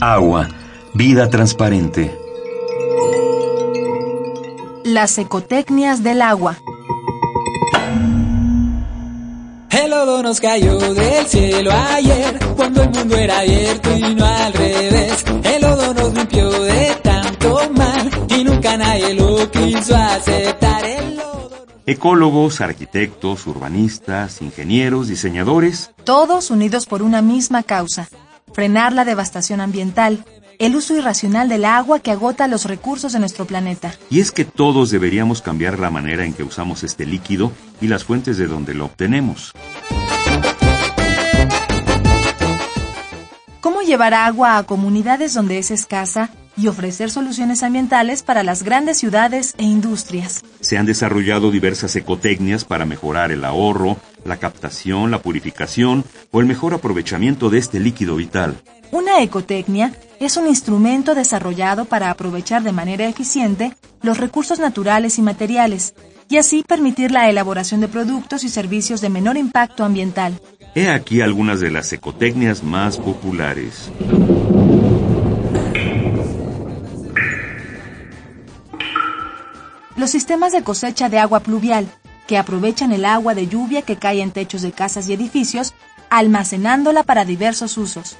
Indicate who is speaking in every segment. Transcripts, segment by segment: Speaker 1: Agua. Vida transparente.
Speaker 2: Las ecotecnias del agua.
Speaker 3: El lodo nos cayó del cielo ayer, cuando el mundo era abierto y no al revés. El lodo nos limpió de tanto mal y nunca nadie lo quiso aceptar. El lodo
Speaker 4: Ecólogos, arquitectos, urbanistas, ingenieros, diseñadores.
Speaker 2: Todos unidos por una misma causa. Frenar la devastación ambiental. El uso irracional del agua que agota los recursos de nuestro planeta.
Speaker 4: Y es que todos deberíamos cambiar la manera en que usamos este líquido y las fuentes de donde lo obtenemos.
Speaker 2: ¿Cómo llevar agua a comunidades donde es escasa y ofrecer soluciones ambientales para las grandes ciudades e industrias?
Speaker 4: Se han desarrollado diversas ecotecnias para mejorar el ahorro, la captación, la purificación o el mejor aprovechamiento de este líquido vital.
Speaker 2: Una ecotecnia es un instrumento desarrollado para aprovechar de manera eficiente los recursos naturales y materiales y así permitir la elaboración de productos y servicios de menor impacto ambiental.
Speaker 4: He aquí algunas de las ecotecnias más populares.
Speaker 2: Los sistemas de cosecha de agua pluvial, que aprovechan el agua de lluvia que cae en techos de casas y edificios, almacenándola para diversos usos.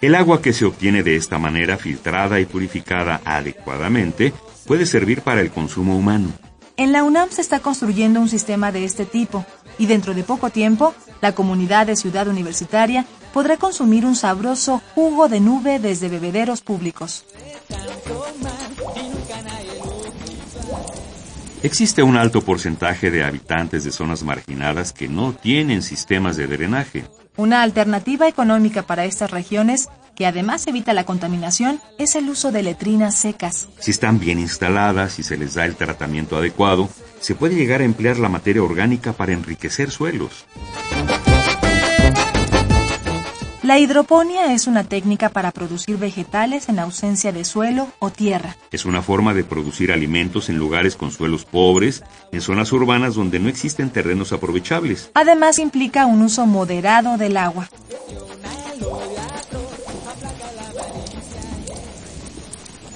Speaker 4: El agua que se obtiene de esta manera, filtrada y purificada adecuadamente, puede servir para el consumo humano.
Speaker 2: En la UNAM se está construyendo un sistema de este tipo y dentro de poco tiempo la comunidad de Ciudad Universitaria podrá consumir un sabroso jugo de nube desde bebederos públicos.
Speaker 4: Existe un alto porcentaje de habitantes de zonas marginadas que no tienen sistemas de drenaje.
Speaker 2: Una alternativa económica para estas regiones, que además evita la contaminación, es el uso de letrinas secas.
Speaker 4: Si están bien instaladas y se les da el tratamiento adecuado, se puede llegar a emplear la materia orgánica para enriquecer suelos.
Speaker 2: La hidroponía es una técnica para producir vegetales en ausencia de suelo o tierra.
Speaker 4: Es una forma de producir alimentos en lugares con suelos pobres, en zonas urbanas donde no existen terrenos aprovechables.
Speaker 2: Además implica un uso moderado del agua.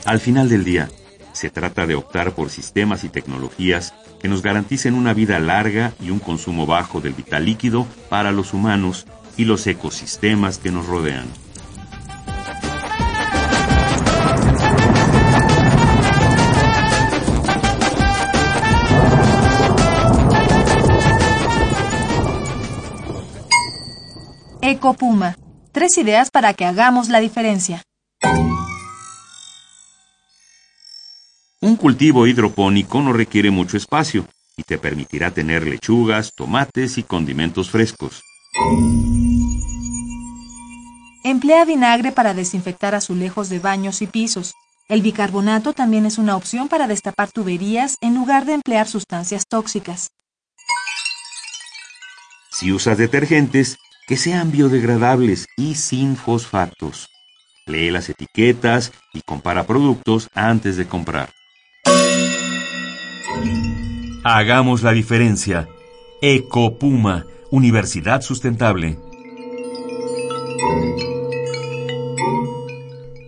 Speaker 4: Al final del día, se trata de optar por sistemas y tecnologías que nos garanticen una vida larga y un consumo bajo del vital líquido para los humanos y los ecosistemas que nos rodean.
Speaker 2: Ecopuma. Tres ideas para que hagamos la diferencia.
Speaker 4: Un cultivo hidropónico no requiere mucho espacio y te permitirá tener lechugas, tomates y condimentos frescos.
Speaker 2: Emplea vinagre para desinfectar azulejos de baños y pisos. El bicarbonato también es una opción para destapar tuberías en lugar de emplear sustancias tóxicas.
Speaker 4: Si usas detergentes, que sean biodegradables y sin fosfatos. Lee las etiquetas y compara productos antes de comprar. Hagamos la diferencia. Ecopuma, Universidad Sustentable.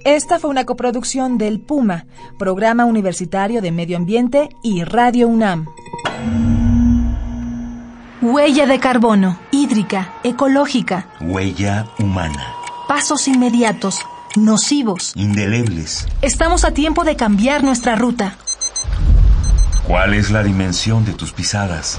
Speaker 2: Esta fue una coproducción del Puma, Programa Universitario de Medio Ambiente y Radio UNAM. Huella de carbono, hídrica, ecológica,
Speaker 1: Huella humana.
Speaker 2: pasos inmediatos, nocivos.
Speaker 1: Indelebles.
Speaker 2: Estamos a tiempo de cambiar nuestra ruta.
Speaker 1: ¿Cuál es la dimensión de tus pisadas?